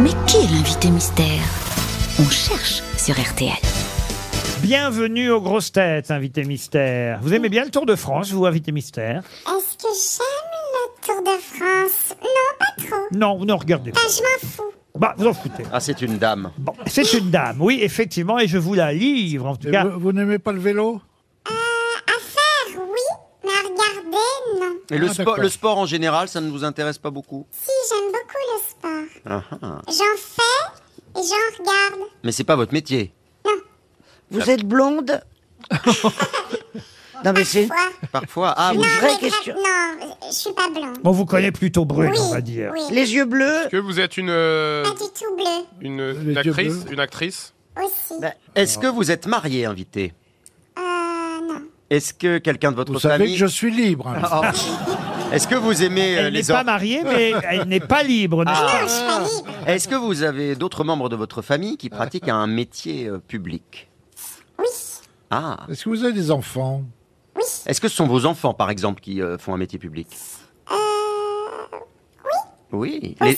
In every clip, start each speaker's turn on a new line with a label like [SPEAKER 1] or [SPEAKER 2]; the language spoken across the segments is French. [SPEAKER 1] Mais qui est l'invité mystère On cherche sur RTL.
[SPEAKER 2] Bienvenue aux grosses têtes, invité mystère. Vous aimez bien le Tour de France, vous, invité mystère
[SPEAKER 3] Est-ce que j'aime le Tour de France Non, pas trop.
[SPEAKER 2] Non, vous ne regardez pas.
[SPEAKER 3] Ben, je m'en fous.
[SPEAKER 2] Bah, vous en foutez.
[SPEAKER 4] Ah, c'est une dame.
[SPEAKER 2] Bon, c'est une dame, oui, effectivement, et je vous la livre, en tout
[SPEAKER 5] Et
[SPEAKER 2] cas.
[SPEAKER 5] vous vous n'aimez pas le vélo
[SPEAKER 3] Euh, à faire, oui, mais à regarder, non.
[SPEAKER 4] Et le,
[SPEAKER 5] Ah,
[SPEAKER 4] sport,
[SPEAKER 5] d'accord.
[SPEAKER 4] le sport en général, ça ne vous intéresse pas beaucoup
[SPEAKER 3] Si, j'aime beaucoup le sport.
[SPEAKER 4] Ah, ah.
[SPEAKER 3] J'en fais et j'en regarde.
[SPEAKER 4] Mais c'est pas votre métier.
[SPEAKER 6] Vous êtes blonde Non mais c'est
[SPEAKER 3] Quoi
[SPEAKER 4] Parfois. Ah,
[SPEAKER 3] Non,
[SPEAKER 4] vous...
[SPEAKER 6] vraie
[SPEAKER 3] mais
[SPEAKER 6] question.
[SPEAKER 3] gra- Non, je suis pas blonde.
[SPEAKER 2] On vous connaît plutôt brune,
[SPEAKER 3] oui,
[SPEAKER 2] on va dire.
[SPEAKER 3] oui.
[SPEAKER 6] les yeux bleus.
[SPEAKER 7] Que vous êtes une, euh,
[SPEAKER 3] Pas du tout bleu,
[SPEAKER 7] une,
[SPEAKER 5] Les
[SPEAKER 7] une
[SPEAKER 5] yeux
[SPEAKER 7] actrice,
[SPEAKER 5] bleus.
[SPEAKER 7] une actrice
[SPEAKER 3] aussi.
[SPEAKER 4] Bah, Est-ce que vous êtes marié, invité
[SPEAKER 3] Euh, non.
[SPEAKER 4] Est-ce que quelqu'un de votre
[SPEAKER 5] Vous savez
[SPEAKER 4] famille. Ah.
[SPEAKER 5] que je suis libre.
[SPEAKER 4] Est-ce que vous aimez euh,
[SPEAKER 2] Elle n'est
[SPEAKER 4] les
[SPEAKER 2] pas
[SPEAKER 4] hommes
[SPEAKER 2] mariée, mais elle n'est pas libre. n'est-ce
[SPEAKER 4] Ah.
[SPEAKER 2] pas
[SPEAKER 3] Non, je suis pas libre.
[SPEAKER 4] Est-ce que vous avez d'autres membres de votre famille qui pratiquent un métier euh, public
[SPEAKER 3] Oui,
[SPEAKER 4] Ah.
[SPEAKER 5] Est-ce que vous avez des enfants
[SPEAKER 3] oui.
[SPEAKER 4] Est-ce que ce sont vos enfants, par exemple, qui euh, font un métier public
[SPEAKER 3] Euh,
[SPEAKER 4] Oui. Les-
[SPEAKER 3] aussi.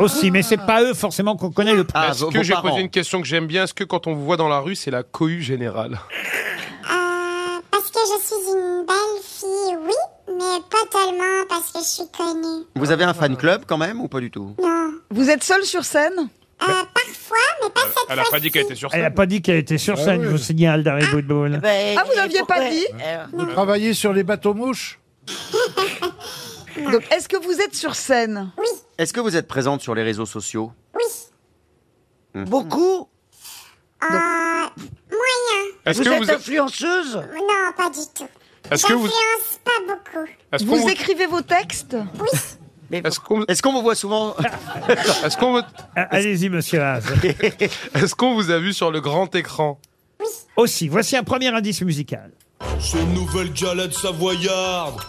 [SPEAKER 2] Aussi, mais c'est pas eux forcément qu'on connaît le
[SPEAKER 4] Ah,
[SPEAKER 7] Est-ce
[SPEAKER 4] vos-
[SPEAKER 7] que
[SPEAKER 4] vos
[SPEAKER 7] j'ai
[SPEAKER 4] parents.
[SPEAKER 7] posé une question que j'aime bien Est-ce que quand on vous voit dans la rue, c'est la cohue générale
[SPEAKER 3] Euh, parce que je suis une belle fille, oui, mais pas tellement parce que je suis connue.
[SPEAKER 4] Vous avez un fan club quand même ou pas du tout
[SPEAKER 3] Non.
[SPEAKER 6] Vous êtes seule sur scène
[SPEAKER 3] Euh, parfois, mais pas cette
[SPEAKER 7] Elle a pas dit qu'elle
[SPEAKER 3] fois-ci.
[SPEAKER 7] était sur
[SPEAKER 2] Elle n'a
[SPEAKER 7] scène.
[SPEAKER 2] pas dit qu'elle était sur scène,
[SPEAKER 5] oui.
[SPEAKER 2] je vous signale, Darry Boudboul.
[SPEAKER 6] Ah vous n'aviez pas dit
[SPEAKER 5] Vous travaillez sur les bateaux mouches
[SPEAKER 6] Donc est-ce que vous êtes sur scène
[SPEAKER 4] Est-ce que vous êtes présente sur les réseaux sociaux
[SPEAKER 3] Oui.
[SPEAKER 6] Mmh. Beaucoup
[SPEAKER 3] Euh, moyen.
[SPEAKER 7] Est-ce
[SPEAKER 6] Vous
[SPEAKER 7] que
[SPEAKER 6] êtes
[SPEAKER 7] vous,
[SPEAKER 6] influenceuse
[SPEAKER 3] Non, pas du tout.
[SPEAKER 7] est-ce que vous,
[SPEAKER 3] J'influence pas beaucoup.
[SPEAKER 7] est-ce qu'on
[SPEAKER 6] Vous
[SPEAKER 7] vous,
[SPEAKER 6] écrivez vos textes
[SPEAKER 7] est-ce qu'on,
[SPEAKER 4] Est-ce qu'on vous voit souvent
[SPEAKER 7] est-ce qu'on vous-
[SPEAKER 2] Ah, Allez-y, monsieur Haas.
[SPEAKER 7] est-ce qu'on vous a vu sur le grand écran
[SPEAKER 2] Aussi, voici un premier indice musical.
[SPEAKER 8] Ces nouvelles galettes savoyardes.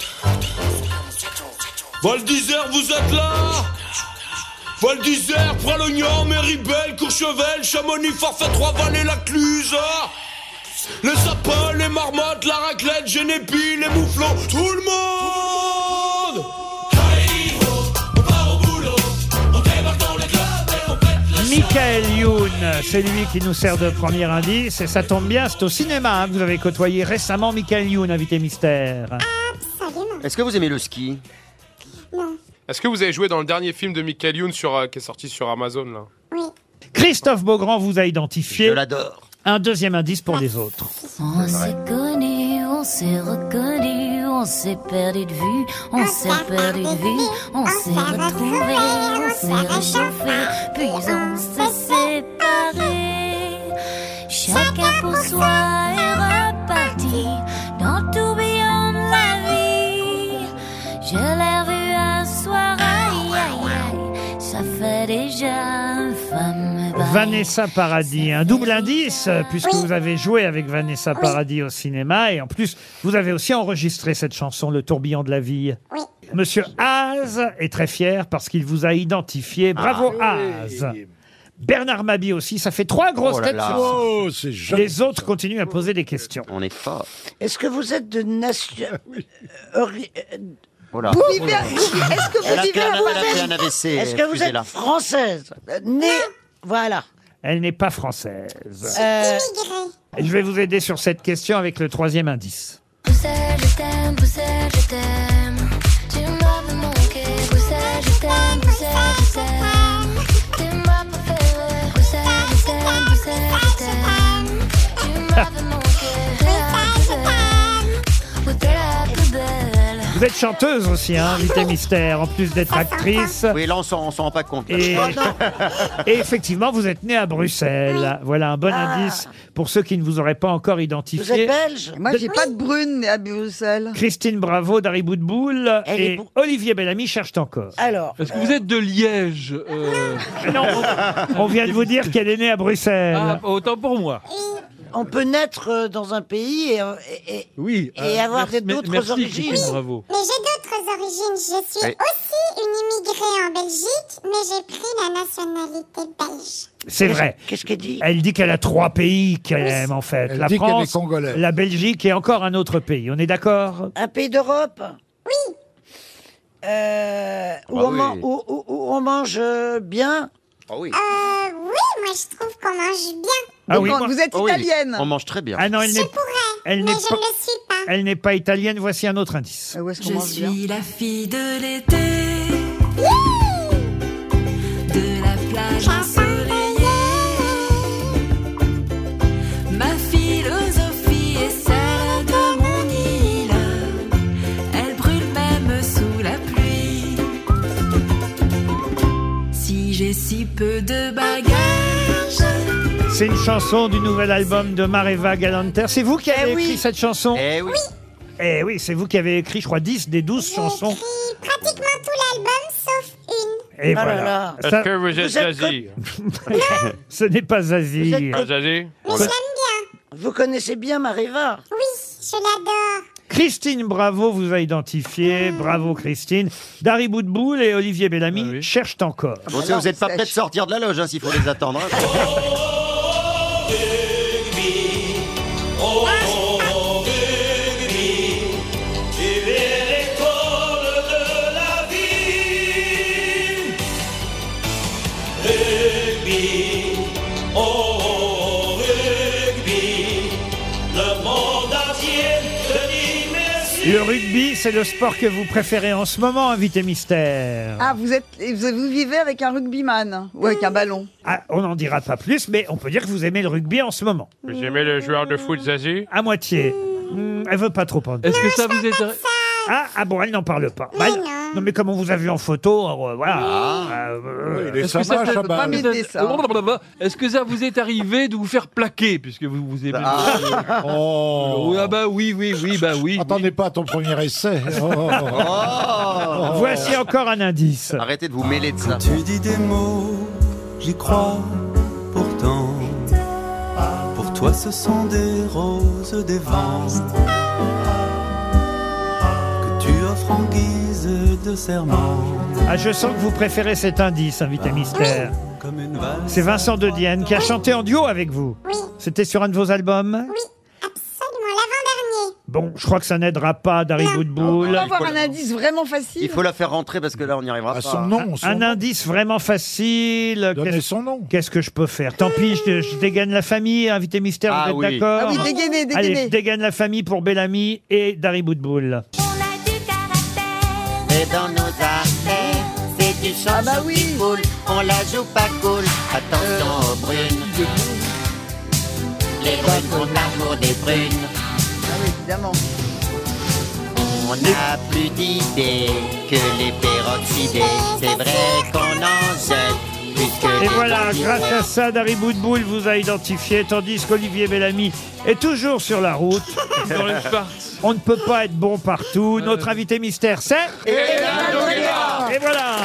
[SPEAKER 8] Val d'Isère, vous êtes là Val d'Isère, Pralognan, Méribel, Courchevel, Chamonix, Forfait, Trois-Vallées, la Cluse. Les sapins, les marmottes, la raclette, Génépi, les mouflons, tout le monde On part au boulot, on débarque dans les clubs et on pète
[SPEAKER 2] Michael Youn, c'est lui qui nous sert de premier indice, et ça tombe bien, c'est au cinéma hein, que vous avez côtoyé récemment Michael Youn, invité mystère.
[SPEAKER 3] Absolument.
[SPEAKER 4] Est-ce que vous aimez le ski
[SPEAKER 3] Non.
[SPEAKER 7] Est-ce que vous avez joué dans le dernier film de Michael Youn sur, euh, qui est sorti sur Amazon là
[SPEAKER 3] Oui.
[SPEAKER 2] Christophe Beaugrand vous a identifié.
[SPEAKER 4] Je l'adore.
[SPEAKER 2] Un deuxième indice pour les autres.
[SPEAKER 1] On s'est connu, on s'est reconnu, on s'est perdu de vue, on s'est perdu de vue, on s'est retrouvé, on s'est réchauffé, puis on s'est séparés. Chacun pour soi est reparti dans le tourbillon de la vie. Je l'ai vu un soir, aïe aïe aïe, ça fait déjà un fameux bail.
[SPEAKER 2] Vanessa Paradis, un double indice, euh, puisque
[SPEAKER 3] Bah. Oui.
[SPEAKER 2] vous avez joué avec Vanessa Paradis au cinéma, et en plus, vous avez aussi enregistré cette chanson, Le tourbillon de la vie.
[SPEAKER 3] Oui.
[SPEAKER 2] Monsieur Haas est très fier parce qu'il vous a identifié. Bravo
[SPEAKER 4] Ah.
[SPEAKER 2] Haas Bernard Mabi aussi, ça fait trois grosses
[SPEAKER 4] Oh là
[SPEAKER 2] têtes
[SPEAKER 4] là.
[SPEAKER 2] sur
[SPEAKER 5] Oh, c'est joli.
[SPEAKER 2] Les autres continuent à poser des questions.
[SPEAKER 4] On est fort.
[SPEAKER 6] Est-ce que vous êtes de nation euh, ri- euh,
[SPEAKER 4] Voilà.
[SPEAKER 6] vous vivez à- vous- Est-ce que
[SPEAKER 4] Elle
[SPEAKER 6] vous
[SPEAKER 4] a fait
[SPEAKER 6] vivez à
[SPEAKER 4] un, elle a fait un
[SPEAKER 6] Bruxelles
[SPEAKER 4] AVC.
[SPEAKER 6] Est-ce que vous
[SPEAKER 4] là.
[SPEAKER 6] êtes française euh, Née Voilà.
[SPEAKER 2] Elle n'est pas française.
[SPEAKER 6] Euh,
[SPEAKER 3] Immigré.
[SPEAKER 2] Je vais vous aider sur cette question avec le troisième indice.
[SPEAKER 9] Bruxelles, je t'aime, Bruxelles, je t'aime. Tu m'avais manqué. Bruxelles, je t'aime, Bruxelles, je t'aime. T'es ma préférée. Bruxelles, je t'aime, Bruxelles, je t'aime. Tu m'avais manqué. T'es la plus belle. Ou t'es la plus belle.
[SPEAKER 2] Vous êtes chanteuse aussi, hein, invité mystère, en plus d'être actrice.
[SPEAKER 4] Oui, là, on s'en on s'en rend pas compte. Ah là.
[SPEAKER 2] Et,
[SPEAKER 6] Oh,
[SPEAKER 2] et effectivement, vous êtes née à Bruxelles. Voilà un bon
[SPEAKER 6] Ah.
[SPEAKER 2] indice pour ceux qui ne vous auraient pas encore
[SPEAKER 6] vous êtes
[SPEAKER 2] identifié.
[SPEAKER 6] belge
[SPEAKER 2] De-
[SPEAKER 6] Moi j'ai pas de brune à Bruxelles.
[SPEAKER 2] Christine Bravo, Dari Boudboul
[SPEAKER 6] Elle
[SPEAKER 2] et
[SPEAKER 6] est bon.
[SPEAKER 2] Olivier Bellamy cherchent encore.
[SPEAKER 6] Alors,
[SPEAKER 10] Est-ce que vous êtes de Liège euh,
[SPEAKER 2] Non, on vient de vous dire qu'elle est née à Bruxelles.
[SPEAKER 10] ah, Autant pour moi.
[SPEAKER 6] on peut naître euh, dans un pays et, euh, et- et-
[SPEAKER 10] Oui. euh,
[SPEAKER 6] Et avoir des- d'autres
[SPEAKER 10] merci,
[SPEAKER 6] origines.
[SPEAKER 10] Christine, Bravo.
[SPEAKER 3] Mais j'ai d'autres origines. Je suis
[SPEAKER 4] Oui.
[SPEAKER 3] aussi une immigrée en Belgique, mais j'ai pris la nationalité belge.
[SPEAKER 2] C'est vrai.
[SPEAKER 6] Qu'est-ce qu'elle dit
[SPEAKER 2] Elle dit qu'elle a trois pays qu'elle aime en fait.
[SPEAKER 5] Elle
[SPEAKER 2] la
[SPEAKER 5] dit qu'elle est
[SPEAKER 2] France,
[SPEAKER 5] congolaise.
[SPEAKER 2] la Belgique et encore un autre pays. On est d'accord
[SPEAKER 6] Un pays d'Europe Oui. où,
[SPEAKER 4] Ah
[SPEAKER 6] on man-
[SPEAKER 4] oui.
[SPEAKER 2] Bah
[SPEAKER 6] où- où- où on mange euh, bien
[SPEAKER 4] Ah oui.
[SPEAKER 3] Euh, oui, moi je trouve qu'on mange bien.
[SPEAKER 2] Ah oui, moi-
[SPEAKER 4] Ah oui, On mange très bien.
[SPEAKER 2] Ah non, elle
[SPEAKER 3] Je
[SPEAKER 2] n'est
[SPEAKER 3] pourrais,
[SPEAKER 2] elle n'est
[SPEAKER 3] mais je
[SPEAKER 2] pas-
[SPEAKER 3] ne le suis pas.
[SPEAKER 2] Elle n'est pas italienne, voici un autre indice.
[SPEAKER 5] Ah
[SPEAKER 6] Ah,
[SPEAKER 11] Je suis la fille de l'été, de la plage ensoleillée. Ma philosophie est celle de mon île. Elle brûle même sous la pluie. Si j'ai si peu de bagages.
[SPEAKER 2] C'est une chanson du nouvel album de Mareva Galanter. C'est vous qui avez
[SPEAKER 11] oui.
[SPEAKER 2] écrit cette chanson
[SPEAKER 4] Eh oui.
[SPEAKER 2] Eh oui, c'est vous qui avez écrit, je crois, 10 des 12 chansons.
[SPEAKER 3] J'ai pratiquement tout l'album sauf une.
[SPEAKER 2] Et
[SPEAKER 6] Ah là
[SPEAKER 2] voilà.
[SPEAKER 6] là.
[SPEAKER 7] Est-ce
[SPEAKER 2] Ça,
[SPEAKER 7] que vous êtes
[SPEAKER 6] vous êtes
[SPEAKER 7] Zazie
[SPEAKER 2] ce n'est pas Zazie.
[SPEAKER 6] Vous êtes
[SPEAKER 7] Ah, Zazie
[SPEAKER 3] Mais je l'aime bien.
[SPEAKER 6] Vous connaissez bien Maréva
[SPEAKER 3] Oui, je l'adore.
[SPEAKER 2] Christine Bravo vous a
[SPEAKER 5] Ah.
[SPEAKER 2] identifié. Bravo, Christine. Dari Boudboul et Olivier Bellamy
[SPEAKER 10] Ah oui.
[SPEAKER 2] cherchent encore.
[SPEAKER 4] Bon, si vous n'êtes pas prêts de sortir de la loge, hein, s'il faut les attendre. hein.
[SPEAKER 1] oh,
[SPEAKER 2] Le rugby, c'est le sport que vous préférez en ce moment, invité mystère.
[SPEAKER 6] Ah, vous, êtes, vous, vous vivez avec un rugbyman hein, ou avec un ballon
[SPEAKER 2] Ah, on n'en dira pas plus, mais on peut dire que vous aimez le rugby en ce moment.
[SPEAKER 7] Vous aimez le joueur de foot Zazie
[SPEAKER 2] À moitié. Hmm, elle veut pas trop en dire.
[SPEAKER 10] Est-ce que ça vous est arri-
[SPEAKER 2] Ah, ah bon, elle n'en parle pas. Bah, elle-
[SPEAKER 3] non.
[SPEAKER 2] Non, mais comme on vous a vu en photo, euh, voilà. Euh, euh,
[SPEAKER 5] Il est
[SPEAKER 10] Est-ce que ça
[SPEAKER 5] sympa,
[SPEAKER 10] peut-
[SPEAKER 5] Chabat.
[SPEAKER 6] pas m'aider, ça, hein.
[SPEAKER 10] Blablabla. Est-ce que ça vous est arrivé de vous faire plaquer puisque vous vous aimez
[SPEAKER 4] Ah,
[SPEAKER 5] Oh.
[SPEAKER 10] Oui, ah bah oui, oui, oui, bah oui. oui.
[SPEAKER 5] Attendez pas à ton premier essai. Oh.
[SPEAKER 4] oh.
[SPEAKER 2] Voici encore un indice.
[SPEAKER 4] Arrêtez de vous mêler de ça.
[SPEAKER 12] Tu dis des mots, j'y crois pourtant. Pour toi, ce sont des roses, des vents que tu offres en guise de serment.
[SPEAKER 2] Ah, je sens que vous préférez cet indice, invité mystère.
[SPEAKER 12] Comme une valse.
[SPEAKER 2] C'est Vincent De Dienne qui a chanté en duo avec vous.
[SPEAKER 3] Oui,
[SPEAKER 2] C'était sur un de vos albums
[SPEAKER 3] oui, absolument. L'avant-dernier.
[SPEAKER 2] Bon, je crois que ça n'aidera pas Dari Boudboul.
[SPEAKER 6] On va
[SPEAKER 4] il
[SPEAKER 6] avoir
[SPEAKER 4] faut
[SPEAKER 6] un
[SPEAKER 4] le-
[SPEAKER 6] indice vraiment facile.
[SPEAKER 4] Il faut la faire rentrer parce que là, on n'y arrivera
[SPEAKER 5] Ah,
[SPEAKER 4] pas.
[SPEAKER 5] son nom, son
[SPEAKER 2] Un
[SPEAKER 5] nom.
[SPEAKER 2] indice vraiment facile.
[SPEAKER 5] Donnez
[SPEAKER 2] Qu'est-ce-
[SPEAKER 5] son nom.
[SPEAKER 2] Qu'est-ce que je peux faire Tant pis, je, je dégaine la famille, invité mystère,
[SPEAKER 4] Ah
[SPEAKER 2] vous êtes
[SPEAKER 4] oui.
[SPEAKER 2] d'accord
[SPEAKER 6] Ah oui, dégainer,
[SPEAKER 2] Allez, je
[SPEAKER 6] dégainer.
[SPEAKER 2] dégaine la famille pour Bellamy et Dari Boudboul.
[SPEAKER 9] On a du caractère.
[SPEAKER 4] Et dans nos artères, c'est du sang
[SPEAKER 6] Ah bah oui.
[SPEAKER 4] qui coule. On la joue pas cool. Attention aux brunes.
[SPEAKER 6] Euh.
[SPEAKER 4] Les brunes font l'amour des brunes.
[SPEAKER 6] Ah oui, évidemment.
[SPEAKER 4] On n'a plus d'idées que les peroxydés. C'est vrai qu'on en jette. puisque
[SPEAKER 2] Et
[SPEAKER 4] les
[SPEAKER 2] voilà,
[SPEAKER 4] bandits-
[SPEAKER 2] grâce à ça, Dari Boudboul vous a identifié, tandis qu'Olivier Bellamy est toujours sur la route.
[SPEAKER 10] Dans les farces.
[SPEAKER 2] On ne peut pas être bon partout. Notre invité mystère, c'est... Et voilà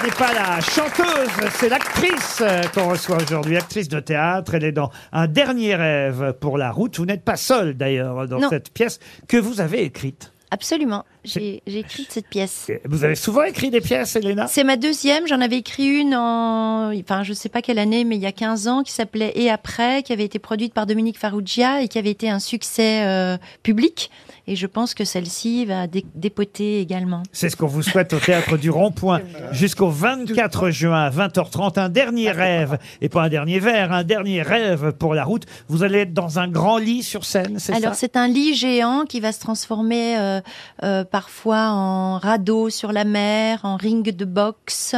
[SPEAKER 2] Ce n'est pas la chanteuse, c'est l'actrice euh, qu'on reçoit aujourd'hui, actrice de théâtre. Elle est dans Un dernier rêve pour la route. Vous n'êtes pas seule d'ailleurs dans
[SPEAKER 1] Non.
[SPEAKER 2] cette pièce que vous avez écrite.
[SPEAKER 1] Absolument. J'ai j'ai écrit cette pièce.
[SPEAKER 2] Vous avez souvent écrit des pièces, Elena
[SPEAKER 1] C'est ma deuxième. J'en avais écrit une en, enfin, je sais pas quelle année, mais il y a 15 ans, qui s'appelait Et après, qui avait été produite par Dominique Farrugia et qui avait été un succès euh, public. Et je pense que celle-ci va dé- dépoter également.
[SPEAKER 2] C'est ce qu'on vous souhaite au théâtre du Rond-Point jusqu'au 24 juin à 20h30. Un dernier rêve, et pas un dernier verre, un dernier rêve pour la route. Vous allez être dans un grand lit sur scène, c'est ça
[SPEAKER 1] Alors c'est un lit géant qui va se transformer euh, euh, parfois en radeau sur la mer, en ring de boxe.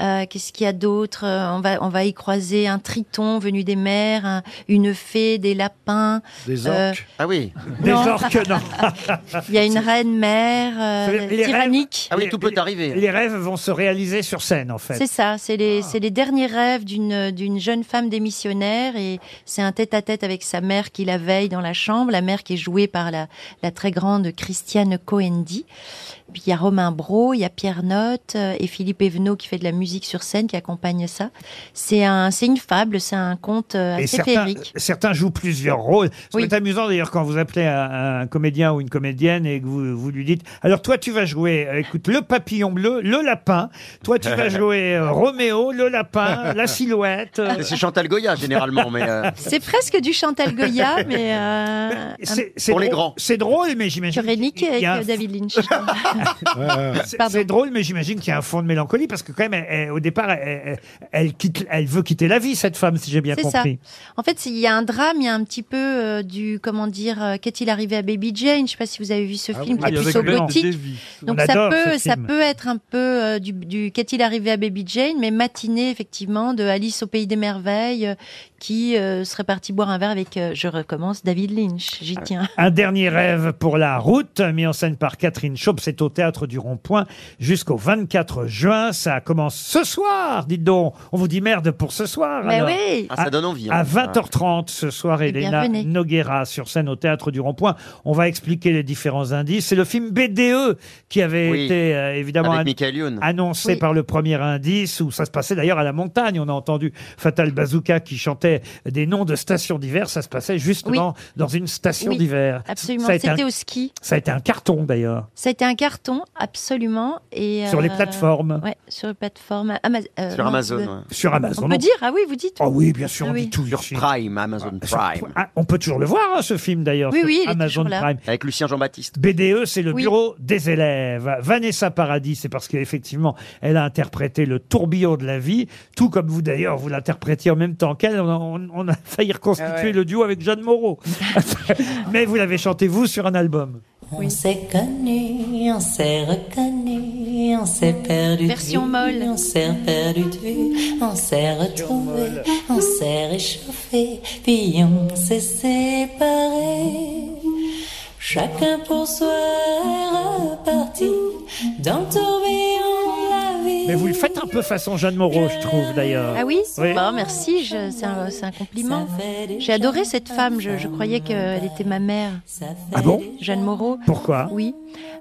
[SPEAKER 1] Euh, Qu'est-ce qu'il y a d'autre Euh, On va on va y croiser un triton venu des mers, un- une fée, des lapins.
[SPEAKER 5] Des
[SPEAKER 1] Euh,
[SPEAKER 5] orques.
[SPEAKER 4] Ah oui.
[SPEAKER 2] Des orques, non.
[SPEAKER 1] Il y a une reine mère
[SPEAKER 2] C'est-à-dire
[SPEAKER 1] euh,
[SPEAKER 2] que les
[SPEAKER 1] tyrannique.
[SPEAKER 4] Ah oui,
[SPEAKER 2] Les-
[SPEAKER 4] tout peut arriver.
[SPEAKER 2] Les rêves vont se réaliser sur scène, en fait.
[SPEAKER 1] C'est ça, c'est les, c'est les derniers rêves d'une d'une jeune femme démissionnaire et c'est un tête-à-tête avec sa mère qui la veille dans la chambre, la mère qui est jouée par la, la très grande Christiane Coendi. Puis il y a Romain Bro, il y a Pierre Notte euh, et Philippe Evenot qui fait de la musique sur scène, qui accompagne ça. C'est un, c'est une fable, c'est un conte euh,
[SPEAKER 2] Et
[SPEAKER 1] assez
[SPEAKER 2] certains,
[SPEAKER 1] féerique.
[SPEAKER 2] certains jouent plusieurs rôles. C'est
[SPEAKER 1] Oui.
[SPEAKER 2] amusant d'ailleurs quand vous appelez un, un comédien ou une comédienne et que vous, vous lui dites Alors toi, tu vas jouer, euh, écoute, le papillon bleu, le lapin. Toi, tu vas jouer euh, Roméo, le lapin, la silhouette.
[SPEAKER 3] Ah,
[SPEAKER 2] euh.
[SPEAKER 4] C'est Chantal Goya généralement, mais euh,
[SPEAKER 1] C'est presque du Chantal Goya, mais euh, un
[SPEAKER 2] Euh, C'est- c'est
[SPEAKER 4] Pour les
[SPEAKER 2] drôle-
[SPEAKER 3] ah.
[SPEAKER 4] grands.
[SPEAKER 2] C'est drôle, mais j'imagine.
[SPEAKER 1] Kurenic
[SPEAKER 2] qu'il y a
[SPEAKER 1] avec, euh, David
[SPEAKER 3] David Lynch.
[SPEAKER 2] C'est- C'est drôle, mais j'imagine qu'il y a un fond de mélancolie parce que quand même, elle- elle- au départ, elle, elle- elle quitte, elle veut quitter la vie, cette femme, si j'ai bien
[SPEAKER 3] C'est ça.
[SPEAKER 2] compris.
[SPEAKER 3] En fait, il y a un drame, il y a un petit peu euh, du comment dire, euh, qu'est-il arrivé à Baby Jane Je ne sais pas si vous avez vu ce
[SPEAKER 2] Ah
[SPEAKER 3] film
[SPEAKER 2] oui,
[SPEAKER 3] qui est
[SPEAKER 2] avec
[SPEAKER 3] plutôt
[SPEAKER 2] Bette
[SPEAKER 3] gothique.
[SPEAKER 2] Davis.
[SPEAKER 3] Donc
[SPEAKER 2] On
[SPEAKER 3] ça
[SPEAKER 2] adore ce
[SPEAKER 3] peut, ça
[SPEAKER 2] film.
[SPEAKER 3] peut être un peu euh, du, du qu'est-il arrivé à Baby Jane, mais matinée effectivement de Alice au pays des merveilles, euh, qui euh, serait partie boire un verre avec, euh, je recommence, David Lynch.
[SPEAKER 2] Ah,
[SPEAKER 3] J'y tiens.
[SPEAKER 2] Un dernier rêve pour la route, mis en scène par Catherine Chaube. C'est au théâtre du Rond-Point jusqu'au 24 juin. Ça commence ce soir, dites donc. On vous dit merde pour ce soir.
[SPEAKER 1] Ben
[SPEAKER 3] Mais
[SPEAKER 2] alors.
[SPEAKER 3] oui. Ah, ça
[SPEAKER 2] À-
[SPEAKER 3] donne envie, hein.
[SPEAKER 2] À 20h30 ce soir,
[SPEAKER 3] Eh bien,
[SPEAKER 2] Elena
[SPEAKER 3] venez.
[SPEAKER 2] Noguera sur scène au théâtre du Rond-Point. On va expliquer les différents indices. C'est le film BDE qui avait
[SPEAKER 4] Oui.
[SPEAKER 2] été euh, évidemment
[SPEAKER 4] Avec
[SPEAKER 2] an-
[SPEAKER 4] Michael Youn.
[SPEAKER 2] annoncé
[SPEAKER 4] Oui.
[SPEAKER 2] par le premier indice, où ça se passait d'ailleurs à la montagne. On a entendu Fatal Bazooka qui chantait des noms de stations d'hiver. Ça se passait justement dans une station
[SPEAKER 3] Oui,
[SPEAKER 2] d'hiver.
[SPEAKER 3] absolument.
[SPEAKER 2] Ça a été
[SPEAKER 3] C'était
[SPEAKER 2] un-
[SPEAKER 3] au ski.
[SPEAKER 2] Ça a été un carton d'ailleurs.
[SPEAKER 3] Ça a été un carton, absolument. Et, euh,
[SPEAKER 2] Sur les plateformes.
[SPEAKER 3] Ouais,
[SPEAKER 1] euh,
[SPEAKER 3] sur les plateformes.
[SPEAKER 1] ah,
[SPEAKER 3] Ama- euh,
[SPEAKER 4] Sur
[SPEAKER 3] non,
[SPEAKER 4] Amazon,
[SPEAKER 3] euh,
[SPEAKER 4] ouais.
[SPEAKER 2] Sur Amazon.
[SPEAKER 3] On peut
[SPEAKER 2] on-
[SPEAKER 3] dire, ah oui, vous dites.
[SPEAKER 2] Ah oui, bien sûr,
[SPEAKER 3] Ah
[SPEAKER 2] on
[SPEAKER 3] oui.
[SPEAKER 2] dit tout. ici.
[SPEAKER 4] Prime, Amazon Prime.
[SPEAKER 2] Ah, on peut toujours le voir, hein, ce film d'ailleurs.
[SPEAKER 3] Oui,
[SPEAKER 2] sur
[SPEAKER 3] oui, il est
[SPEAKER 2] Amazon
[SPEAKER 3] toujours là.
[SPEAKER 2] Prime.
[SPEAKER 4] Avec Lucien Jean-Baptiste.
[SPEAKER 2] BDE, E, c'est le
[SPEAKER 3] Oui.
[SPEAKER 2] bureau des élèves. Vanessa Paradis, c'est parce qu'effectivement, elle a interprété le tourbillon de la vie, tout comme vous d'ailleurs, vous l'interprétiez en même temps qu'elle. On, a- on- on a failli reconstituer
[SPEAKER 3] Ah ouais.
[SPEAKER 2] le duo avec Jeanne Moreau. Mais vous l'avez chanté, vous, sur un album.
[SPEAKER 1] On s'est connu, on s'est reconnu, on s'est perdu
[SPEAKER 3] Version
[SPEAKER 1] de vue,
[SPEAKER 3] molle.
[SPEAKER 1] on s'est perdu de vue, on s'est retrouvé, on s'est réchauffé, puis on s'est séparé. Chacun pour soi est reparti dans le tourbillon de la vie.
[SPEAKER 2] Mais vous le faites un peu façon Jeanne Moreau, je trouve d'ailleurs.
[SPEAKER 3] Ah oui, Bon, merci, je- c'est un, c'est un compliment. J'ai adoré cette femme, je, je croyais qu'elle était ma mère.
[SPEAKER 2] Ah bon
[SPEAKER 3] Jeanne Moreau.
[SPEAKER 2] Pourquoi
[SPEAKER 3] Oui.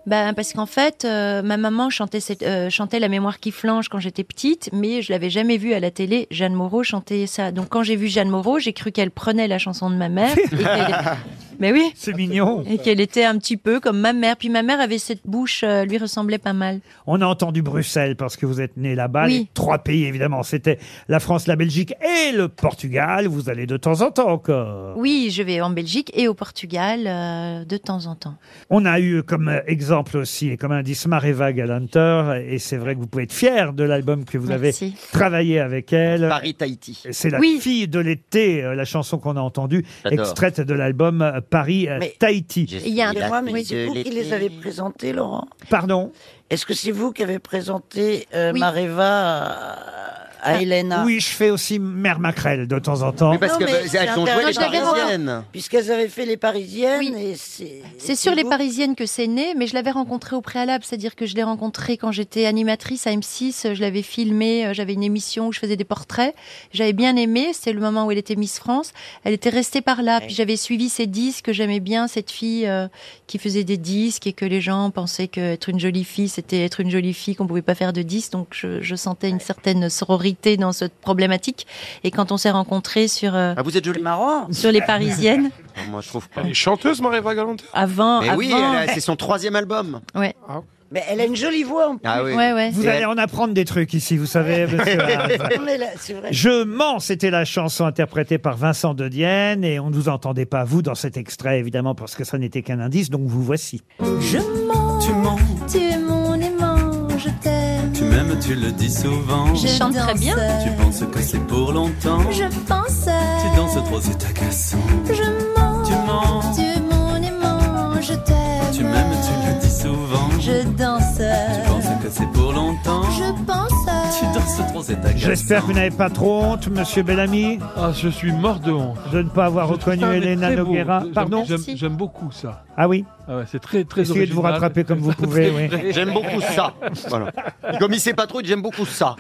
[SPEAKER 3] Ben, parce qu'en fait, euh, ma maman chantait, cette- euh, chantait La mémoire qui flanche quand j'étais petite, mais je l'avais jamais vue à la télé, Jeanne Moreau chantait ça. Donc quand j'ai vu Jeanne Moreau, j'ai cru qu'elle prenait la chanson de ma mère. et qu'elle- Mais oui.
[SPEAKER 2] C'est mignon.
[SPEAKER 3] Et qu'elle était un petit peu comme ma mère. Puis ma mère avait cette bouche, euh, lui ressemblait pas mal.
[SPEAKER 2] On a entendu Bruxelles parce que vous êtes né là-bas.
[SPEAKER 3] Oui.
[SPEAKER 2] Les trois pays, évidemment, c'était la France, la Belgique et le Portugal. Vous allez de temps en temps encore.
[SPEAKER 3] Oui, je vais en Belgique et au Portugal euh, de temps en temps.
[SPEAKER 2] On a eu comme exemple aussi et comme indice Mareva Galanter. Et c'est vrai que vous pouvez être fier de l'album que vous avez
[SPEAKER 3] Merci.
[SPEAKER 2] travaillé avec elle.
[SPEAKER 4] Paris-Tahiti.
[SPEAKER 2] C'est la
[SPEAKER 3] Oui.
[SPEAKER 2] fille de l'été, euh, la chanson qu'on a entendue,
[SPEAKER 4] J'adore.
[SPEAKER 2] extraite de l'album euh,
[SPEAKER 6] Mais-
[SPEAKER 2] Paris-Tahiti.
[SPEAKER 3] Il y a un-
[SPEAKER 6] Excusez-moi, mais c'est vous qui les avez présentés, Laurent
[SPEAKER 2] Pardon
[SPEAKER 6] Est-ce que c'est vous qui avez présenté euh, Mareva à, à
[SPEAKER 3] Ah.
[SPEAKER 6] Elena
[SPEAKER 2] Oui, je fais aussi Mère Macrel de temps en temps.
[SPEAKER 4] Oui, parce que, bah, elles ont joué les Parisiennes.
[SPEAKER 6] Puisqu'elles avaient fait les Parisiennes, et c'est...
[SPEAKER 3] C'est sur les Parisiennes que c'est né, mais je l'avais rencontrée au préalable, c'est-à-dire que je l'ai rencontrée quand j'étais animatrice à M6, euh, je l'avais filmée, euh, j'avais une émission où je faisais des portraits, j'avais bien aimé, c'était le moment où elle était Miss France, elle était restée par là, puis j'avais suivi ses disques, j'aimais bien cette fille euh, qui faisait des disques et que les gens pensaient qu'être une jolie fille, c'était être une jolie fille, qu'on pouvait pas faire de disques, donc je, je sentais une certaine sororité dans cette problématique, et quand on s'est rencontrés sur, euh,
[SPEAKER 4] Ah, vous êtes jolie.
[SPEAKER 6] marrant.
[SPEAKER 3] sur les Parisiennes,
[SPEAKER 4] Moi, je trouve pas.
[SPEAKER 7] Elle est chanteuse, Marie-Eva Galanter
[SPEAKER 3] avant...
[SPEAKER 4] Mais oui,
[SPEAKER 3] avant-
[SPEAKER 4] elle a- c'est son troisième album.
[SPEAKER 3] Ouais.
[SPEAKER 6] Mais elle a une jolie voix en plus.
[SPEAKER 4] Ah oui.
[SPEAKER 2] Vous
[SPEAKER 4] Et
[SPEAKER 2] allez
[SPEAKER 4] elle-
[SPEAKER 2] en apprendre des trucs ici, vous savez. monsieur Haas.
[SPEAKER 6] Non, mais là, c'est vrai.
[SPEAKER 2] Je mens, c'était la chanson interprétée par Vincent de Dienne et on ne vous entendait pas, vous, dans cet extrait, évidemment, parce que ça n'était qu'un indice, donc vous voici.
[SPEAKER 3] Je mens, tu
[SPEAKER 9] mens.
[SPEAKER 3] tu es mon aimant, je t'aime.
[SPEAKER 9] Tu m'aimes, tu le dis souvent.
[SPEAKER 3] Je chante très bien.
[SPEAKER 9] Tu penses que c'est pour longtemps.
[SPEAKER 3] Je pensais,
[SPEAKER 9] Tu danses trop, c'est agaçant.
[SPEAKER 3] je mens,
[SPEAKER 9] Tu mens.
[SPEAKER 3] tu es mon aimant, je t'aime.
[SPEAKER 9] Tu m'aimes, tu le dis souvent.
[SPEAKER 3] Je danse,
[SPEAKER 9] Tu penses que c'est pour longtemps.
[SPEAKER 3] je pense.
[SPEAKER 9] Tu danses trop, c'est agaçant.
[SPEAKER 2] J'espère que vous n'avez pas trop honte, monsieur Bellamy.
[SPEAKER 5] Ah, je suis mort de honte.
[SPEAKER 2] De ne pas avoir reconnu
[SPEAKER 5] Putain, mais
[SPEAKER 2] Elena
[SPEAKER 5] très beau.
[SPEAKER 2] Noguera.
[SPEAKER 5] J'aime-
[SPEAKER 2] Pardon
[SPEAKER 5] j'aime- J'aime beaucoup ça.
[SPEAKER 2] Ah oui
[SPEAKER 5] Ah ouais, c'est très très
[SPEAKER 2] Essayez de vous
[SPEAKER 5] original.
[SPEAKER 2] rattraper comme vous pouvez, oui.
[SPEAKER 4] J'aime beaucoup ça. Voilà. Comme il sait pas trop, il dit, j'aime beaucoup ça.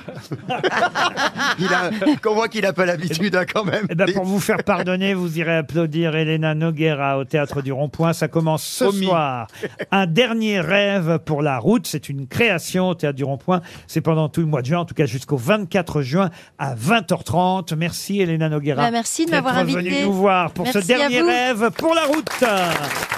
[SPEAKER 4] il a, qu'on voit qu'il a pas l'habitude hein, quand même.
[SPEAKER 2] Eh ben, pour vous faire pardonner, vous irez applaudir Elena Noguera au Théâtre du Rond-Point. Ça commence ce
[SPEAKER 5] Promis.
[SPEAKER 2] soir. Un dernier rêve pour la route. C'est une création au Théâtre du Rond-Point. C'est pendant tout le mois de juin, en tout cas jusqu'au 24 juin à 20h30. Merci Elena Noguera.
[SPEAKER 3] Bah, merci de
[SPEAKER 2] d'être
[SPEAKER 3] m'avoir
[SPEAKER 2] venue
[SPEAKER 3] invitée.
[SPEAKER 2] nous voir pour
[SPEAKER 3] Merci
[SPEAKER 2] ce
[SPEAKER 3] à
[SPEAKER 2] dernier
[SPEAKER 3] vous.
[SPEAKER 2] rêve pour la route.